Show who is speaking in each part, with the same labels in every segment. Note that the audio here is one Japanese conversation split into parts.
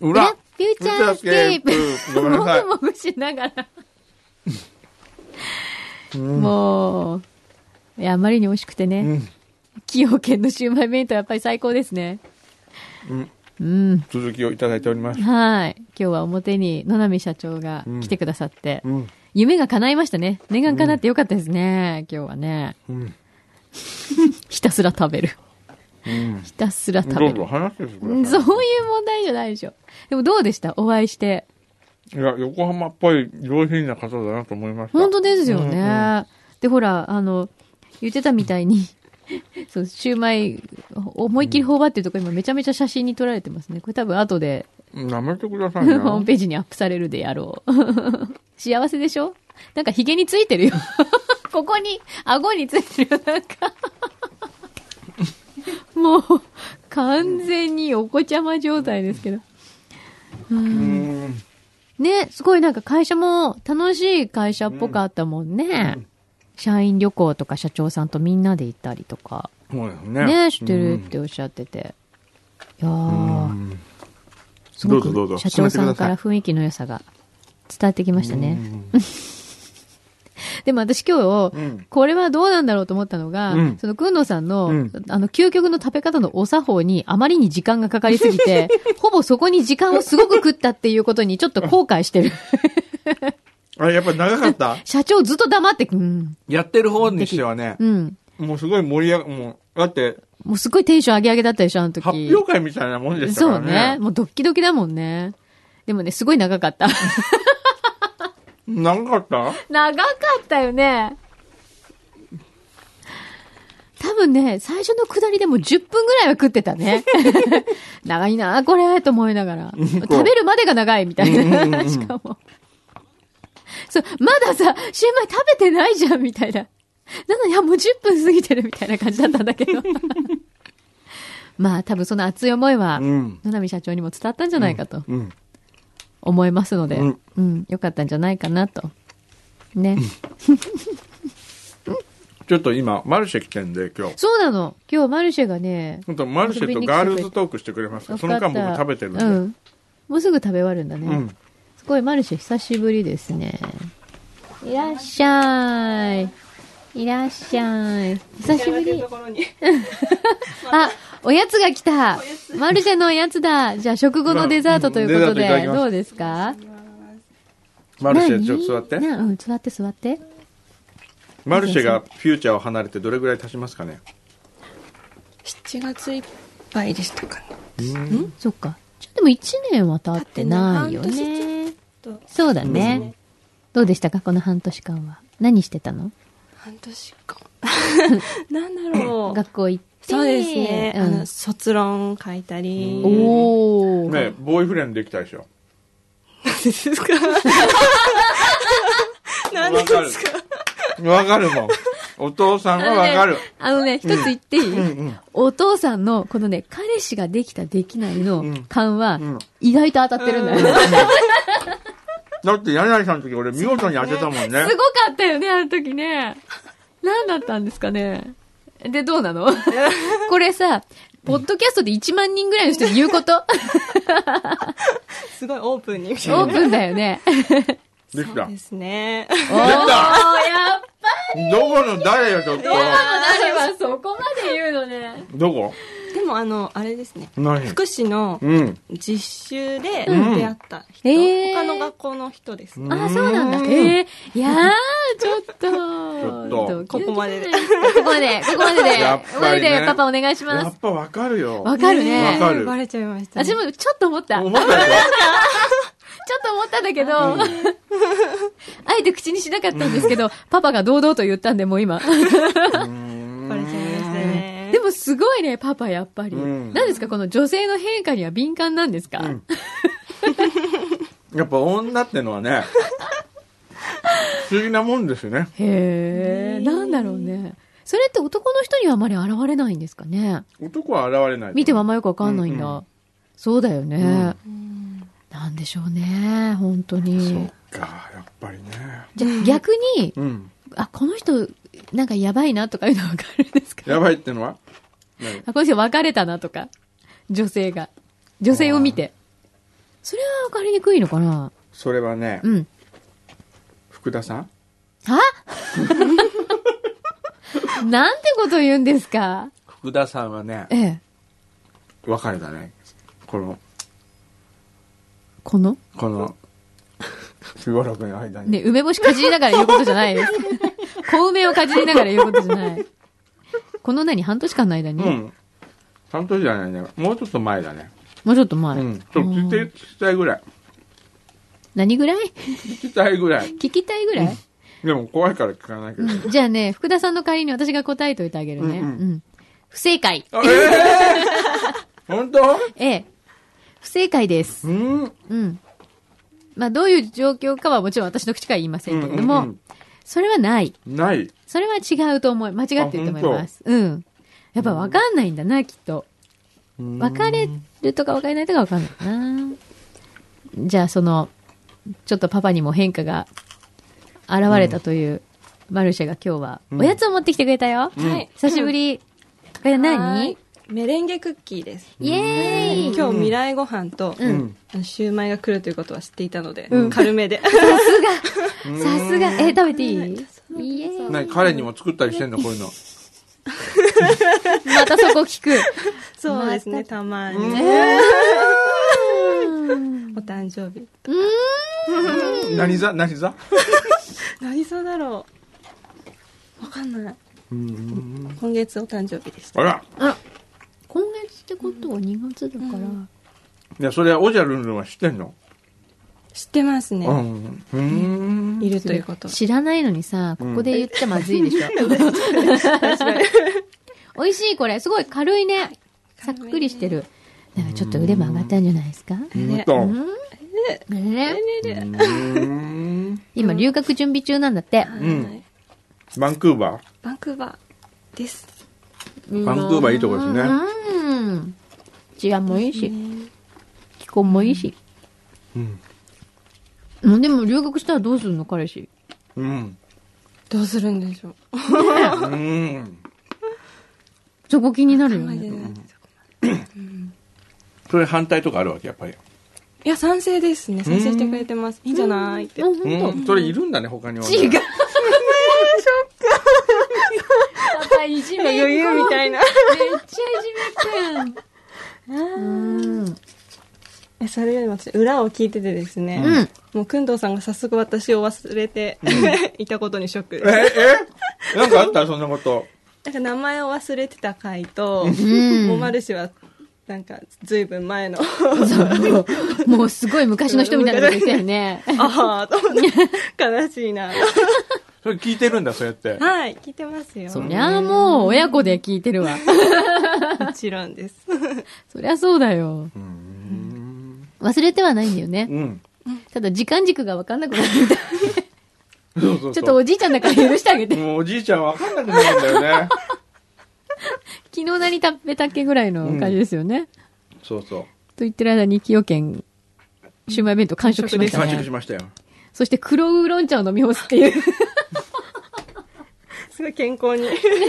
Speaker 1: 裏
Speaker 2: フューチャースケー
Speaker 1: フューチャースケープ
Speaker 2: プ。
Speaker 1: ごめんな さい
Speaker 2: もぐもぐしながら。もう、いや、あまりに美味しくてね。
Speaker 1: うん
Speaker 2: 崎陽軒のシウマイ弁当やっぱり最高ですね。うん。
Speaker 1: 続きをいただいております。
Speaker 2: はい。今日は表に野波社長が来てくださって、
Speaker 1: うん。
Speaker 2: 夢が叶いましたね。念願叶ってよかったですね。今日はね。
Speaker 1: うん。
Speaker 2: ひたすら食べる。
Speaker 1: うん。
Speaker 2: ひたすら食
Speaker 1: ど
Speaker 2: べ
Speaker 1: うぞ
Speaker 2: る。
Speaker 1: 話してくだ
Speaker 2: うん
Speaker 1: さ
Speaker 2: そ
Speaker 1: いう
Speaker 2: いう問題じゃないでしょ。でもどうでしたお会いして。
Speaker 1: いや、横浜っぽい上品な方だなと思いました。
Speaker 2: 本当ですよね。
Speaker 1: うん
Speaker 2: で、ほら、あの、言ってたみたいに、 そう、シューマイ、思いっきり頬張ってるとこ今めちゃめちゃ写真に撮られてますね。これ多分後で、
Speaker 1: やめてください
Speaker 2: ホ
Speaker 1: ね。
Speaker 2: ームページにアップされるでやろう。 幸せでしょなんか髭についてるよ。 ここに、顎についてるよ、なんか。もう、完全にお子ちゃま状態ですけど。
Speaker 1: うん。
Speaker 2: ね、すごいなんか会社も楽しい会社っぽかったもんね。社員旅行とか社長さんとみんなで行ったりとか、
Speaker 1: そうですね。
Speaker 2: ね、してるっておっしゃってて。いや
Speaker 1: うん。う
Speaker 2: ー、
Speaker 1: ん
Speaker 2: すご
Speaker 1: どうぞどうぞ
Speaker 2: く社長
Speaker 1: 進
Speaker 2: さ
Speaker 1: めてくだ
Speaker 2: ん
Speaker 1: さい
Speaker 2: から雰囲気の良さが伝わってきましたね。でも私今日
Speaker 1: うん、
Speaker 2: これはどうなんだろうと思ったのが、
Speaker 1: うん
Speaker 2: その、くんのさんの、
Speaker 1: うん
Speaker 2: あの、究極の食べ方のお作法にあまりに時間がかかりすぎ て、ほぼそこに時間をすごく食ったっていうことにちょっと後悔してる。
Speaker 1: あ、やっぱ長かった
Speaker 2: 社長ずっと黙って、うん、
Speaker 1: やってる方にしてはね
Speaker 2: う、ん。
Speaker 1: もうすごい盛り上が、もう、だって、
Speaker 2: もうすっごいテンション上げ上げだったでしょ、あの時。
Speaker 1: 発表会みたいなもんでしたか
Speaker 2: そう
Speaker 1: ら
Speaker 2: ね。
Speaker 1: ね。
Speaker 2: もうドッキドキだもんね。でもね、すごい長かった。
Speaker 1: 長かった
Speaker 2: 長かったよね。多分ね、最初の下りでも10分ぐらいは食ってた ね。長いな、これ、と思いながら。食べるまでが長いみたいな。しかも。そう、まださ、シューマイ食べてないじゃん、みたいな。なのに、あ、もう10分過ぎてる、みたいな感じだったんだけ ど。まあ、多分その熱い思いは、
Speaker 1: うん。
Speaker 2: 野波社長にも伝わったんじゃないかと
Speaker 1: うん。
Speaker 2: 思いますので、う
Speaker 1: うんん、
Speaker 2: よかったんじゃないかなと。ね。
Speaker 1: ちょっと今、マルシェ来てんで、今日。
Speaker 2: そうなの。今日マルシェがね、
Speaker 1: 本当マルシェとガールズトークしてくれますかその間僕食べてるんで。
Speaker 2: う。ん。もうすぐ食べ終わるんだね。
Speaker 1: うん
Speaker 2: すごい、マルシェ久しぶりですね。いらっしゃい。いらっしゃい。久しぶり。あ、おやつが来た。マルシェのおやつだ。じゃあ、食後のデザートということ
Speaker 1: うんデザートいただ
Speaker 2: で、
Speaker 1: きます
Speaker 2: どうですか
Speaker 1: マルシェ、ちょっと座っ
Speaker 2: 何
Speaker 1: て。
Speaker 2: なうん、座って座って。
Speaker 1: マルシェがフューチャーを離れてどれぐらい経ちますかね
Speaker 3: 7月いっぱいでしたかね。
Speaker 2: んそっか。ちょっとでも1年は経ってないよ
Speaker 3: 経ってな
Speaker 2: ね。
Speaker 3: と
Speaker 2: そうだね。どうでしたかこの半年間は。何してたの
Speaker 3: 半年間。 なんだろう。
Speaker 2: 学校行って。
Speaker 3: そうですね。
Speaker 2: うん
Speaker 3: あの、卒論書いたり。
Speaker 2: おお、
Speaker 1: ねボーイフレンドできたでしょ。
Speaker 3: 何ですか何
Speaker 1: わかる。わかるもん。お父さんはわかる。
Speaker 2: あのね、一つ言っていい、
Speaker 1: うん
Speaker 2: お父さんの、このね、彼氏ができたできないの
Speaker 1: ん
Speaker 2: 勘は
Speaker 1: ん、
Speaker 2: 意外と当たってるんだよね。
Speaker 1: だって柳井さんの時俺見事に当てたもんね。
Speaker 2: すごかったよね、あの時ね。何だったんですかね。で、ど うなのこれさ、ポッドキャストで1万人ぐらいの人に言うこと
Speaker 3: すごいオープンに。オ
Speaker 2: オープンだよね。
Speaker 1: できた。ど
Speaker 3: ですね。
Speaker 2: おー、やっぱ
Speaker 1: この誰よ、ちょっと。
Speaker 2: 誰は そこまで言うのね。
Speaker 1: どこ
Speaker 3: でもあの、あれですね。
Speaker 1: 何
Speaker 3: 福祉の
Speaker 1: うん。
Speaker 3: 実習で
Speaker 1: ん
Speaker 3: 出会った人。
Speaker 2: へー
Speaker 3: 他の学校の人ですね。
Speaker 2: あ、そうなんだ。
Speaker 1: うん
Speaker 2: えー、いやー、ちょっと。ちょ
Speaker 1: っと
Speaker 3: ここまでで
Speaker 2: ここまで、ここまでで、
Speaker 1: やっぱりね
Speaker 2: ここまでで、パパお願いし
Speaker 1: や
Speaker 2: ます
Speaker 1: っ。ぱわかるよ。
Speaker 2: わかるね
Speaker 1: わ。かる
Speaker 3: バレちゃいましたね。
Speaker 2: 私もちょっと思った。ちょっ
Speaker 1: 思ったでし
Speaker 2: と思ったんだけど、あえて口にしなかったんですけど、パパが堂々と言ったんで、もう今。
Speaker 3: バレちゃいましたね。
Speaker 2: でもすごいね、パパ、やっぱり。
Speaker 1: うん
Speaker 2: 何ですか、この女性の変化には敏感なんですか、
Speaker 1: ょやっぱ女ってのは ね、不思議なもんですよね。
Speaker 2: へえ、なんだろうね。それって男の人にはあまり現れないんですかね。
Speaker 1: 男は現れない。
Speaker 2: 見てもあんまよくわかんないんだ。
Speaker 1: うんう
Speaker 2: そうだよね、
Speaker 3: うん
Speaker 2: なんでしょうね。本当に。
Speaker 1: か、やっぱりね。
Speaker 2: じゃあ逆に、
Speaker 1: うん。
Speaker 2: あ、この人、なんかやばいなとかいうのはわかるんですか
Speaker 1: やばいってのはね
Speaker 2: あ、この人別れたなとか、女性が。女性を見て。それは分かりにくいのかな
Speaker 1: それはね、
Speaker 2: うん。
Speaker 1: 福田さん
Speaker 2: はなんてこと言うんですか
Speaker 1: 福田さんはね、
Speaker 2: ええ。
Speaker 1: 別れたね。この、
Speaker 2: この
Speaker 1: この、しばらくの間に。
Speaker 2: ね、梅干しかじりながら言うことじゃな いです。小梅をかじりながら言うことじゃない。この何、半年間の間に、
Speaker 1: うん。半年じゃないね。もうちょっと前だね。
Speaker 2: もうちょっと前。
Speaker 1: うん。ちょっと聞いて、聞きたいぐらい。
Speaker 2: 何ぐらい
Speaker 1: 聞きたいぐらい。
Speaker 2: 聞きたいぐらい、
Speaker 1: でも怖いから聞かないけど。
Speaker 2: うんじゃあね、福田さんの代わりに私が答えといてあげるね。う、
Speaker 1: うんん
Speaker 2: うん不正解。
Speaker 1: あえー、 本当
Speaker 2: ええ。不正解です。
Speaker 1: うん。うん
Speaker 2: うん。まあ、どういう状況かはもちろん私の口から言いませんけれども、
Speaker 1: うん
Speaker 2: それはない。
Speaker 1: うんない。
Speaker 2: それは違うと思い、間違ってると思います。うん。やっぱ分かんないんだな、きっと。別
Speaker 1: 別
Speaker 2: れるとか別れないとか分かんないな。じゃあ、その、ちょっとパパにも変化が現れたというマルシェが今日は、
Speaker 1: うん
Speaker 2: おやつを持ってきてくれたよ。
Speaker 1: うん
Speaker 3: はい
Speaker 2: 久しぶり。これ
Speaker 3: は
Speaker 2: 何
Speaker 3: いメレンゲクッキーです。
Speaker 2: イエーイ
Speaker 3: 今日未来ご飯と、
Speaker 2: う
Speaker 1: うんん。
Speaker 3: あのシューマイが来るということは知っていたので、軽めで。
Speaker 2: さすがさすがえ、食べていいイエーイ
Speaker 1: 何彼にも作ったりしてんのこういうの。
Speaker 2: またそこ聞く。
Speaker 3: そうですね、たまに。お誕生日。
Speaker 1: 何座何座
Speaker 3: 何そうだろう。わかんない。
Speaker 1: うん。
Speaker 3: 今月お誕生日でした。
Speaker 1: あら。
Speaker 2: あら、今月ってことは2月だから。
Speaker 1: いや、それはおじゃるんるんは知ってんの
Speaker 3: 知ってます
Speaker 1: う
Speaker 3: ね。
Speaker 1: ん。うん。
Speaker 3: いるということ。
Speaker 2: 知らないのにさ、ここで言っちゃまずいでしょ。美味しいこれ。すごい軽いね。さっくりしてる。だからちょっと腕も上がったんじゃないですか
Speaker 1: うんと。
Speaker 2: ね
Speaker 1: うん。
Speaker 2: 今留学準備中なんだって。
Speaker 1: ん
Speaker 3: はい
Speaker 1: バンクーバ
Speaker 3: バンクーバーです。
Speaker 1: ーバンクーバーいいとこですね。
Speaker 2: うん。治安もいいし、気候もいいし。
Speaker 1: うん。
Speaker 2: うんでも留学したらどうするの彼氏。
Speaker 1: うん。
Speaker 3: どうするんでしょう。
Speaker 1: うん。
Speaker 2: そこ気になるよ
Speaker 3: 考えて
Speaker 2: ね。
Speaker 3: ない
Speaker 1: それ反対とかあるわけ、やっぱり。
Speaker 3: いや、賛成ですね。賛成してくれてます。いいんじゃないって。
Speaker 2: うん
Speaker 1: うん。それいるんだね、他には。
Speaker 2: 違う。 パパいじめっ子
Speaker 3: 余裕みたいな。
Speaker 2: めっちゃいじめっ子やん。うん。
Speaker 3: えそれよりも私、裏を聞いててですね。
Speaker 2: うん
Speaker 3: もう、くんどうさんが早速私を忘れて、 いたことにショック
Speaker 1: え、。えなんかあったそんなこと。
Speaker 3: なんか名前を忘れてた回と、
Speaker 2: ん
Speaker 3: モマルシは、なんか、ずいぶん前の、
Speaker 2: そう。もうすごい昔の人みたいなこと言ってたよね。
Speaker 3: ああ、と思って、 悲しいな。
Speaker 1: それ聞いてるんだ、そうやって。
Speaker 3: はい、聞いてますよ。
Speaker 2: そりゃあもう親子で聞いてるわ。
Speaker 3: もちろんです。
Speaker 2: そりゃそうだよ。
Speaker 1: うん。
Speaker 2: 忘れてはないんだよね。
Speaker 1: うん。
Speaker 2: ただ時間軸が分かんなくなってきた。
Speaker 1: そうそうそう。
Speaker 2: ちょっとおじいちゃんだから許してあげて。
Speaker 1: もうおじいちゃんわかんなくなるんだよね。
Speaker 2: 昨日何食べたっけぐらいの感じですよね。
Speaker 1: そうそう。
Speaker 2: と言ってる間に崎陽軒、シューマイ弁当完食しました
Speaker 1: 完食し
Speaker 2: ね。
Speaker 1: ましたよ。
Speaker 2: そして黒ウーロン茶を飲み干すっていう。
Speaker 3: すごい健康に。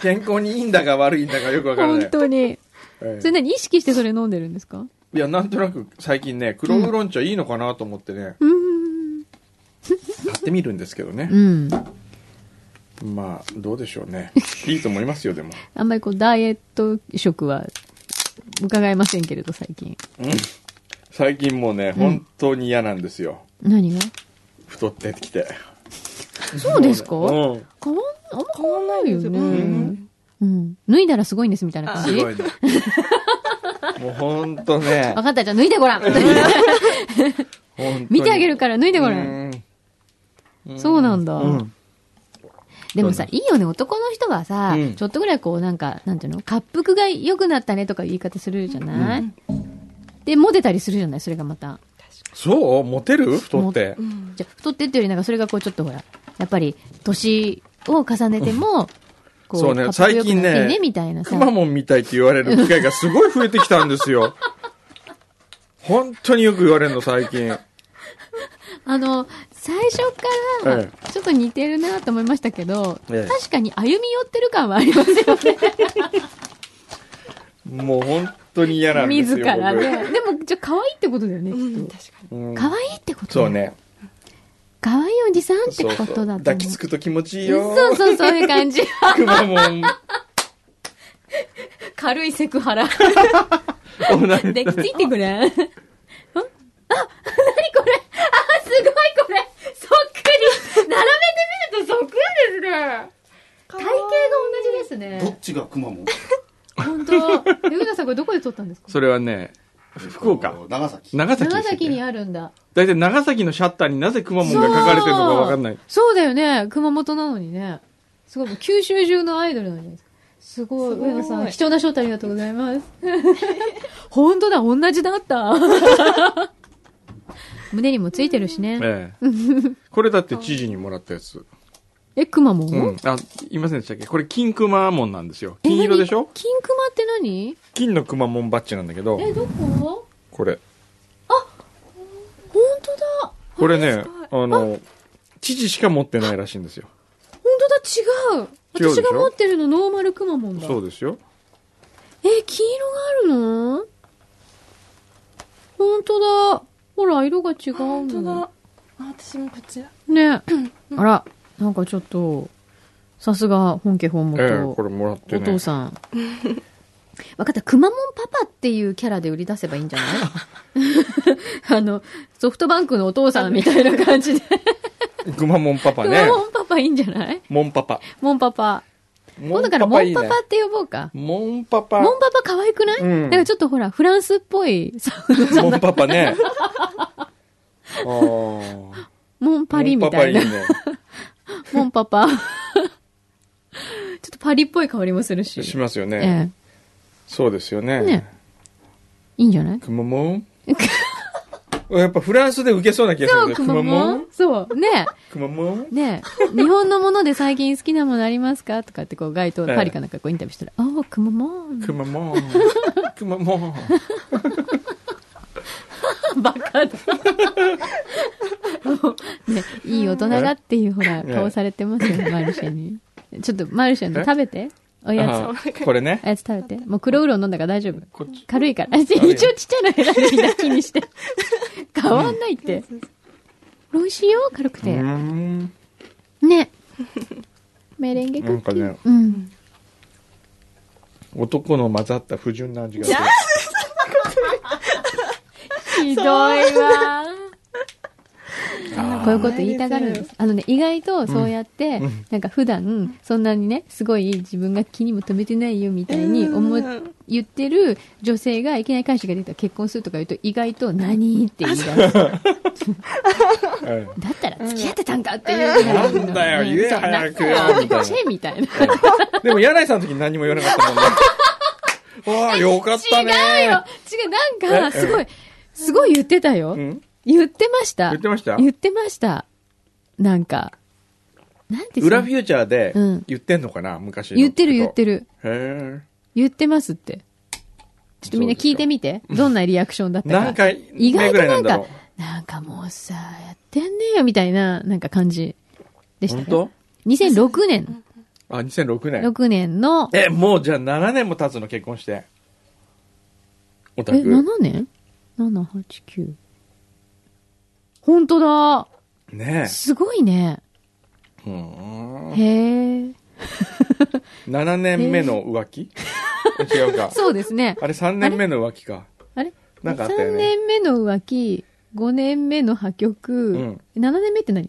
Speaker 1: 健康にいいんだか悪いんだかよくわからな
Speaker 2: 本
Speaker 1: い。
Speaker 2: 当に。
Speaker 1: ええ
Speaker 2: それ何意識してそれ飲んでるんですか
Speaker 1: いや、なんとなく最近ね、黒ウーロン茶いいのかなと思ってね、
Speaker 2: うん。
Speaker 1: 買ってみるんですけどね
Speaker 2: う。ん。
Speaker 1: まあ、どうでしょうね。いいと思いますよ、でも。
Speaker 2: あんまりこう、ダイエット食は伺えませんけれど、最近。
Speaker 1: うん最近もうね、本当に嫌なんですよ。
Speaker 2: 何が
Speaker 1: 太ってきて。
Speaker 2: そうですか
Speaker 1: うん。
Speaker 2: 変わん、あんま変わんないよね。
Speaker 3: 変わんな
Speaker 2: うん。脱いだらすごいんです、みたいな感
Speaker 1: す
Speaker 2: じ。
Speaker 1: ごいね。もう本当ね
Speaker 2: わ。かった、じゃあ脱いでごらん
Speaker 1: 本当に
Speaker 2: 見てあげるから脱いでごらん。
Speaker 1: うん
Speaker 2: そうなんだ
Speaker 1: うん
Speaker 2: でもさ、いいよね、男の人はさ、
Speaker 1: うん
Speaker 2: ちょっとぐらいこう、なんか、なんていうの滑腹が良くなったねとかいう言い方するじゃない、で、モテたりするじゃないそれがまた。
Speaker 1: そうモテる太って。
Speaker 2: じゃあ太ってっていうよりなんかそれがこうちょっとほら、やっぱり年を重ねても、こ
Speaker 1: そうね
Speaker 2: かっこ
Speaker 1: 最
Speaker 2: よくなって
Speaker 1: 近ね
Speaker 2: みたいなさ。
Speaker 1: くまモンみたいって言われる機会がすごい増えてきたんですよ。 本当によく言われるの、最近。
Speaker 2: あの、最初から
Speaker 1: え、
Speaker 2: ちょっと似てるなと思いましたけど、
Speaker 1: ええ
Speaker 2: 確かに歩み寄ってる感はありますよね。
Speaker 1: 当に嫌なんですよ。
Speaker 2: 自ら
Speaker 1: 僕
Speaker 2: ね。でも、じゃあ可愛いってことだよね、
Speaker 3: う
Speaker 2: きっ
Speaker 3: ん、
Speaker 2: と。
Speaker 3: 確かに。
Speaker 1: うん
Speaker 2: 可愛いってこと
Speaker 1: そう。ね。
Speaker 2: 可愛いおじさんって
Speaker 1: そう
Speaker 2: こ
Speaker 1: そう
Speaker 2: とだと思う。
Speaker 1: 抱きつくと気持ちいいよ。
Speaker 2: そうそう、そういう感じ。
Speaker 1: くまモン。
Speaker 2: 軽いセクハラ。
Speaker 1: お な
Speaker 2: 抱きついてくれ。んあ、な にこれあ、すごいこれそっくり並べてみるとそっくりですね体型が同じです
Speaker 4: どっ
Speaker 2: ね。
Speaker 4: ちがくまモン
Speaker 2: 本 当。ゆうなさんこれどこで撮ったんですか
Speaker 1: それはね、 福岡。
Speaker 4: 長崎。
Speaker 1: 長崎で
Speaker 2: 長
Speaker 1: す、
Speaker 2: 崎に
Speaker 1: ね。
Speaker 2: あるんだ。
Speaker 1: 大体長崎のシャッターになぜくまモンが書かれてるのかわかんない。
Speaker 2: そうだよね。熊本なのにね。すごい、もう九州中のアイドルなのに。すごい、
Speaker 3: すごい
Speaker 2: 上野さん、貴重な招待ありがとうござい ます。本当だ、同じだ った。胸にもついてるしね。
Speaker 1: ええ。これだって知事にもらったやつ。
Speaker 2: え、熊も、
Speaker 1: うん。あ、言いませんでしたっけこれ金熊マモンなんですよ。金色でしょ
Speaker 2: え何金熊って何
Speaker 1: 金のくまモンバッジなんだけど、
Speaker 2: え、どこ
Speaker 1: これ。
Speaker 2: 本当だ。
Speaker 1: これね、あの、知事しか持ってないらしいんですよ。
Speaker 2: 本当だ、違う。
Speaker 1: 違うでし
Speaker 2: 私
Speaker 1: ょ
Speaker 2: が持ってるのノーマルくまモンだ。
Speaker 1: そうですよ。
Speaker 2: え、黄色があるの本当だ。ほら、色が違うもん。
Speaker 3: 本当だ。あ私もこっちだ。
Speaker 2: ね。 あら、なんかちょっと、さすが本家本
Speaker 1: ええこ
Speaker 2: 元、
Speaker 1: れもらって
Speaker 2: お父
Speaker 1: ね。
Speaker 2: さん。わかった、くまモンパパっていうキャラで売り出せばいいんじゃ ないあの、ソフトバンクのお父さんみたいな感じで。
Speaker 1: くまモンパパ
Speaker 2: く
Speaker 1: ね
Speaker 2: ま。モンパパいいんじゃない
Speaker 1: モンパパ。
Speaker 2: モンパパ。もうだからモンパパって呼ぼうか。
Speaker 1: モンパパ。
Speaker 2: モンパパ可愛くない、
Speaker 1: うん
Speaker 2: なんかちょっとほら、フランスっぽいサウン ド。
Speaker 1: モンパパ ね。あー
Speaker 2: モンパリみたいな。
Speaker 1: モンパパいい
Speaker 2: モンパパ。 ちょっとパリっぽい香りもするし。
Speaker 1: ね。しますよ
Speaker 2: え
Speaker 1: ね。
Speaker 2: え。
Speaker 1: そうですよね。
Speaker 2: ねいいんじゃない
Speaker 1: くまモ ンやっぱフランスで受けそうな気がする
Speaker 2: そう、
Speaker 1: ね
Speaker 2: くまモンそう。ね
Speaker 1: くまモン
Speaker 2: え。ねえ。日本のもので最近好きなものありますかとかってこう、街頭、
Speaker 1: ええ
Speaker 2: パリかなんかこうインタビューしたら、ああ、くまモン。
Speaker 1: くまモンく まモン
Speaker 2: バカだ。もうね、いい大人だっていうほら、
Speaker 1: ええ
Speaker 2: 顔されてますよね、マルシェに。ちょっとマルシェの食べて。おやつ。
Speaker 1: あこれね
Speaker 2: お。やつ食べて。もう黒ウーロン飲んだから大丈夫。
Speaker 1: こっち。
Speaker 2: 軽いから。一応ちっちゃいの選んでみんな気に して。変わんないって。美味しいよ、軽く
Speaker 1: うー
Speaker 2: て。
Speaker 1: ん
Speaker 2: ね。メレンゲク
Speaker 1: なん
Speaker 2: ッ
Speaker 1: か
Speaker 2: キー
Speaker 1: ね。、
Speaker 2: うん。
Speaker 1: 男の混ざった不純な味がする。
Speaker 2: ひどいわ。
Speaker 1: あー
Speaker 2: こういうこと言いたがるんです。あのね、意外とそうやって、
Speaker 1: うん
Speaker 2: なんか普段、そんなにね、すごい自分が気にも留めてないよみたいに思
Speaker 3: う
Speaker 2: う、
Speaker 3: ん
Speaker 2: 言ってる女性がいきなり彼氏が出たら結婚するとか言うと、意外と何って言い出す。だ
Speaker 1: ええ
Speaker 2: ったら付き合ってたんかっていうぐらいの。
Speaker 1: なんだよ
Speaker 2: ね
Speaker 1: 言え
Speaker 2: そう
Speaker 1: 早く
Speaker 2: なんだよ
Speaker 1: みたいな
Speaker 2: チェみたいな。
Speaker 1: でも、柳井さんの時に何も言わなかったもんね。 ああ、よかったね。
Speaker 2: 違うよ違う、なんか、すごい、すごい言ってたよ。
Speaker 1: うん
Speaker 2: 言ってました。
Speaker 1: 言ってました
Speaker 2: 言ってました。なんか、なんて
Speaker 1: 裏フューチャーで
Speaker 2: うん
Speaker 1: 言ってんのかな昔の
Speaker 2: 言ってる言ってる。
Speaker 1: へ
Speaker 2: 言ってますって。ちょっとみんな聞いてみて。どんなリアクションだっ
Speaker 1: え。
Speaker 2: た か。
Speaker 1: 何回
Speaker 2: 意
Speaker 1: 目
Speaker 2: 外
Speaker 1: ぐら
Speaker 2: と
Speaker 1: い
Speaker 2: な
Speaker 1: なん
Speaker 2: ん
Speaker 1: だ
Speaker 2: か
Speaker 1: ろ、
Speaker 2: なんかもうさ、やってんねえよみたいな、なんか感じで
Speaker 1: う。
Speaker 2: した、
Speaker 1: 本
Speaker 2: ね。
Speaker 1: 当
Speaker 2: ?2006 年、
Speaker 1: あ、2006年。
Speaker 2: 6年の、
Speaker 1: え、もうじゃあ7年も経つの結婚して。オ
Speaker 2: え、
Speaker 1: タ
Speaker 2: 7
Speaker 1: ク。
Speaker 2: 年 ?7、8、9。本当だ
Speaker 1: ね
Speaker 2: すごいね。
Speaker 1: え。うーん
Speaker 2: へえ。
Speaker 1: 7年目の浮気違うか。
Speaker 2: そうですね。
Speaker 1: あれ3年目の浮気か。
Speaker 2: あれ
Speaker 1: なんかあったよ
Speaker 2: ?3
Speaker 1: ね。
Speaker 2: 年目の浮気、5年目の破局、
Speaker 1: うん
Speaker 2: 7年目って何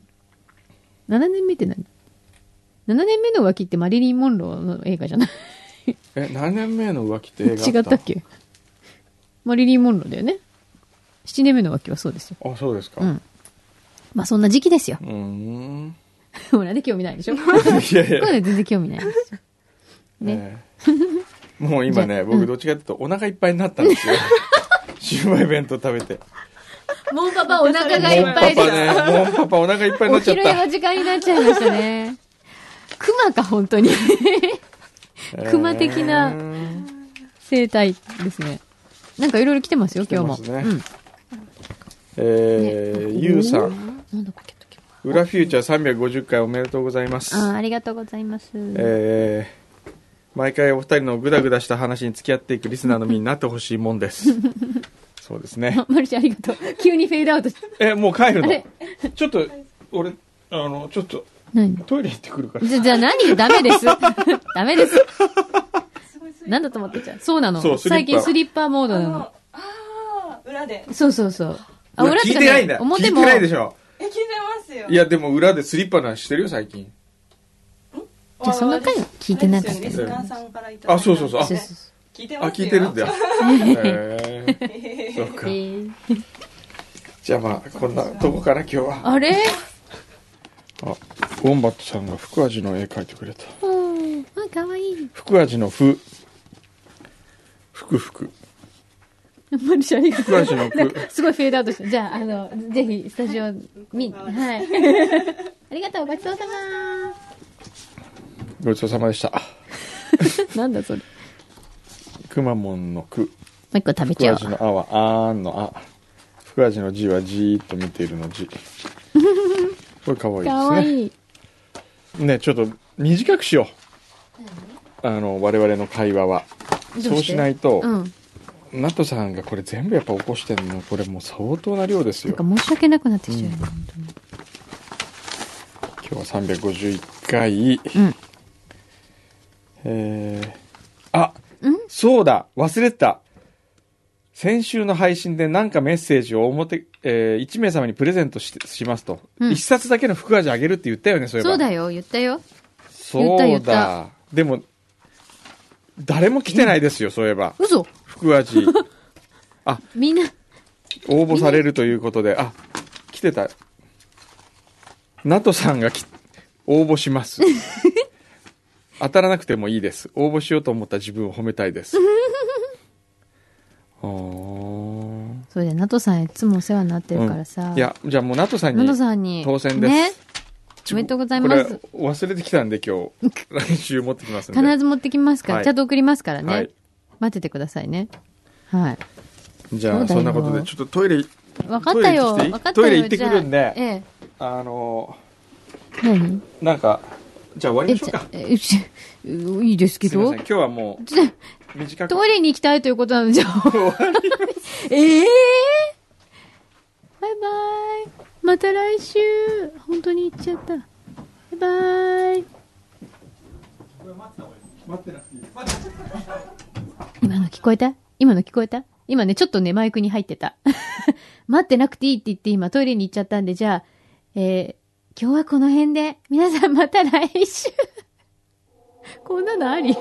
Speaker 2: ?7 年目って何 ?7 年目の浮気ってマリリン・モンローの映画じゃない
Speaker 1: え、7年目の浮気って映画あ
Speaker 2: 違ったっけマリリン・モンローだよね。7年目の浮気はそうですよ。
Speaker 1: あ、そうですか。
Speaker 2: う。
Speaker 1: うん
Speaker 2: まあそんな時期ですよ。
Speaker 1: ーん。
Speaker 2: ほらね、興味ないでしょこ
Speaker 1: いやいう
Speaker 2: いう
Speaker 1: や。
Speaker 2: の全然興味ないですよ。ね。
Speaker 1: ね、もう今
Speaker 2: じゃ
Speaker 1: ね
Speaker 2: あ
Speaker 1: 僕どっちかっていうとお腹いっぱいになったん ですよシューマイ弁当食べて
Speaker 2: モンパパお腹がい
Speaker 1: モン
Speaker 2: っ
Speaker 1: パ
Speaker 2: ぱいで
Speaker 1: パ
Speaker 2: す。
Speaker 1: ねモンパパお腹いっぱいに
Speaker 2: お
Speaker 1: なっちゃっ
Speaker 2: 昼寝の
Speaker 1: た
Speaker 2: 時間になっちゃいましたね。熊か、本当に。熊的な
Speaker 1: えー
Speaker 2: 生態ですね。なんかいろいろ来てますよ、今日も。
Speaker 1: 来てますね
Speaker 2: うん。
Speaker 1: えーゆうさん
Speaker 2: なんだかけときま
Speaker 1: 「裏フューチャー350回おめでとうございます
Speaker 2: す。あーありがとうございます。」
Speaker 1: えー毎回お二人のグダグダした話に付き合っていくリスナーの身になってほしいもん です。そうですね。
Speaker 2: マルちゃんありがとう。 急にフェードアウトし
Speaker 1: え、もう帰る
Speaker 2: あれ
Speaker 1: のちょっと、俺、あの、ちょっと、
Speaker 2: 何
Speaker 1: トイレ行ってくるから。
Speaker 2: じゃ、じゃあ何よダメです。 ダメです。なんだと思ってちゃう。そうなの
Speaker 1: そう。スリッパ
Speaker 2: 最近スリッパモードなの。
Speaker 4: ああー裏で
Speaker 2: そうそうそう。
Speaker 1: うわ
Speaker 2: 裏っ
Speaker 1: 聞い
Speaker 2: か
Speaker 1: てないんだ。聞い
Speaker 2: 表
Speaker 1: て
Speaker 2: も。
Speaker 1: ないでしょ。
Speaker 4: え聞いてますよ
Speaker 1: いや、でも裏でスリッパの話してるよ、最近。
Speaker 2: じゃあその回聞いてなかった
Speaker 4: あれですよねリスナーさんからいただいた
Speaker 1: あ、そうそうそう。あ
Speaker 2: そうそうそ
Speaker 4: 聞いてます
Speaker 1: あ、
Speaker 4: よ
Speaker 1: 聞いてる んだ。へーそう
Speaker 2: う
Speaker 1: か
Speaker 2: え。ー
Speaker 1: じゃあまあ、こんなとこかな、今日は。
Speaker 2: あれ
Speaker 1: あ、ウォンバットさんが福味の絵描いてくれた。
Speaker 2: うん。あ、かわいい。
Speaker 1: 福味のふ。ふくふく。
Speaker 2: マルちゃんありがと
Speaker 1: 福味の
Speaker 2: う。
Speaker 1: ふ。
Speaker 2: すごいフェードアウトした。じゃあ、あ の、ぜひ、スタジオ、見、はい。ありがとう、ごちそうさ
Speaker 1: ごちそうさまでした。
Speaker 2: まなんだそれ。も
Speaker 1: くまモンのく。
Speaker 2: う一個食べ
Speaker 1: 福
Speaker 2: ちゃおう
Speaker 1: 味。のあはあーんのあ。福味のじはじーっと見ているの じ。これかわいいですね。
Speaker 2: かわいい。
Speaker 1: ねちょっと短くしよう、あの我々の会話は
Speaker 2: どうし て
Speaker 1: そうしないと、
Speaker 2: うん。
Speaker 1: ナトさんがこれ全部やっぱ起こしてるのこれもう相当な量です
Speaker 2: なん
Speaker 1: よ
Speaker 2: か申し訳なくなってきちゃうよね、
Speaker 1: 今日は351回、
Speaker 2: ん
Speaker 1: えー、あ
Speaker 2: ん
Speaker 1: そうだ忘れてた先週の配信で何かメッセージを表、え1名様にプレゼントししますと、一
Speaker 2: うん
Speaker 1: 1冊だけの福味あげるって言ったよねそういえば
Speaker 2: そうだよ、言ったよ。
Speaker 1: そうだ
Speaker 2: 言った
Speaker 1: で
Speaker 2: 言
Speaker 1: も誰も来てないですよ、そういえば
Speaker 2: 嘘
Speaker 1: 福味
Speaker 2: みんな、
Speaker 1: 応募されるということ であ来てたナトさんがき応募します 当たらなくてもいいです応募しようと思った自分を褒めたいです あー
Speaker 2: それで、ナトさんいつもお世話になってるからさ。
Speaker 1: いやじゃあもうナトさん
Speaker 2: ナトさ
Speaker 1: に
Speaker 2: んに。
Speaker 1: 当選です、
Speaker 2: ね。おめでとうござい
Speaker 1: こ
Speaker 2: ま
Speaker 1: れ
Speaker 2: す。
Speaker 1: 忘れてきたんで今 日来週持ってきますんで
Speaker 2: 必ず持ってきますから、
Speaker 1: はい
Speaker 2: ちゃんと送りますからね、
Speaker 1: はい
Speaker 2: 待っててくださいね。はい。
Speaker 1: じゃあそ
Speaker 2: そうんだ
Speaker 1: な
Speaker 2: よ
Speaker 1: ことでちょっとトイレ
Speaker 2: 分かったよ。
Speaker 1: トイレ行ってきていいトイレ行ってく
Speaker 2: 分かったよ。
Speaker 1: るんで
Speaker 2: じゃあえ
Speaker 1: あの
Speaker 2: え。何
Speaker 1: なんか、じゃあ終わり
Speaker 2: え、
Speaker 1: ましょう
Speaker 2: じゃ
Speaker 1: か。
Speaker 2: え、しういいですけ
Speaker 1: すいま
Speaker 2: ど
Speaker 1: せん、今。日はも
Speaker 2: じゃ
Speaker 1: う短
Speaker 2: あ
Speaker 1: く
Speaker 2: トイレに行きたいということなのじゃあ。
Speaker 1: 終わり。
Speaker 2: ええバイバイ。また来週。本当に行っちゃった。バイバイ。今の聞こえた今の聞こえた今ね、ちょっとね、マイクに入ってた。 待ってなくていいって言って今トイレに行っちゃったんで、じゃあ、えー、今日はこの辺で、皆さんまた来週。こんなのあり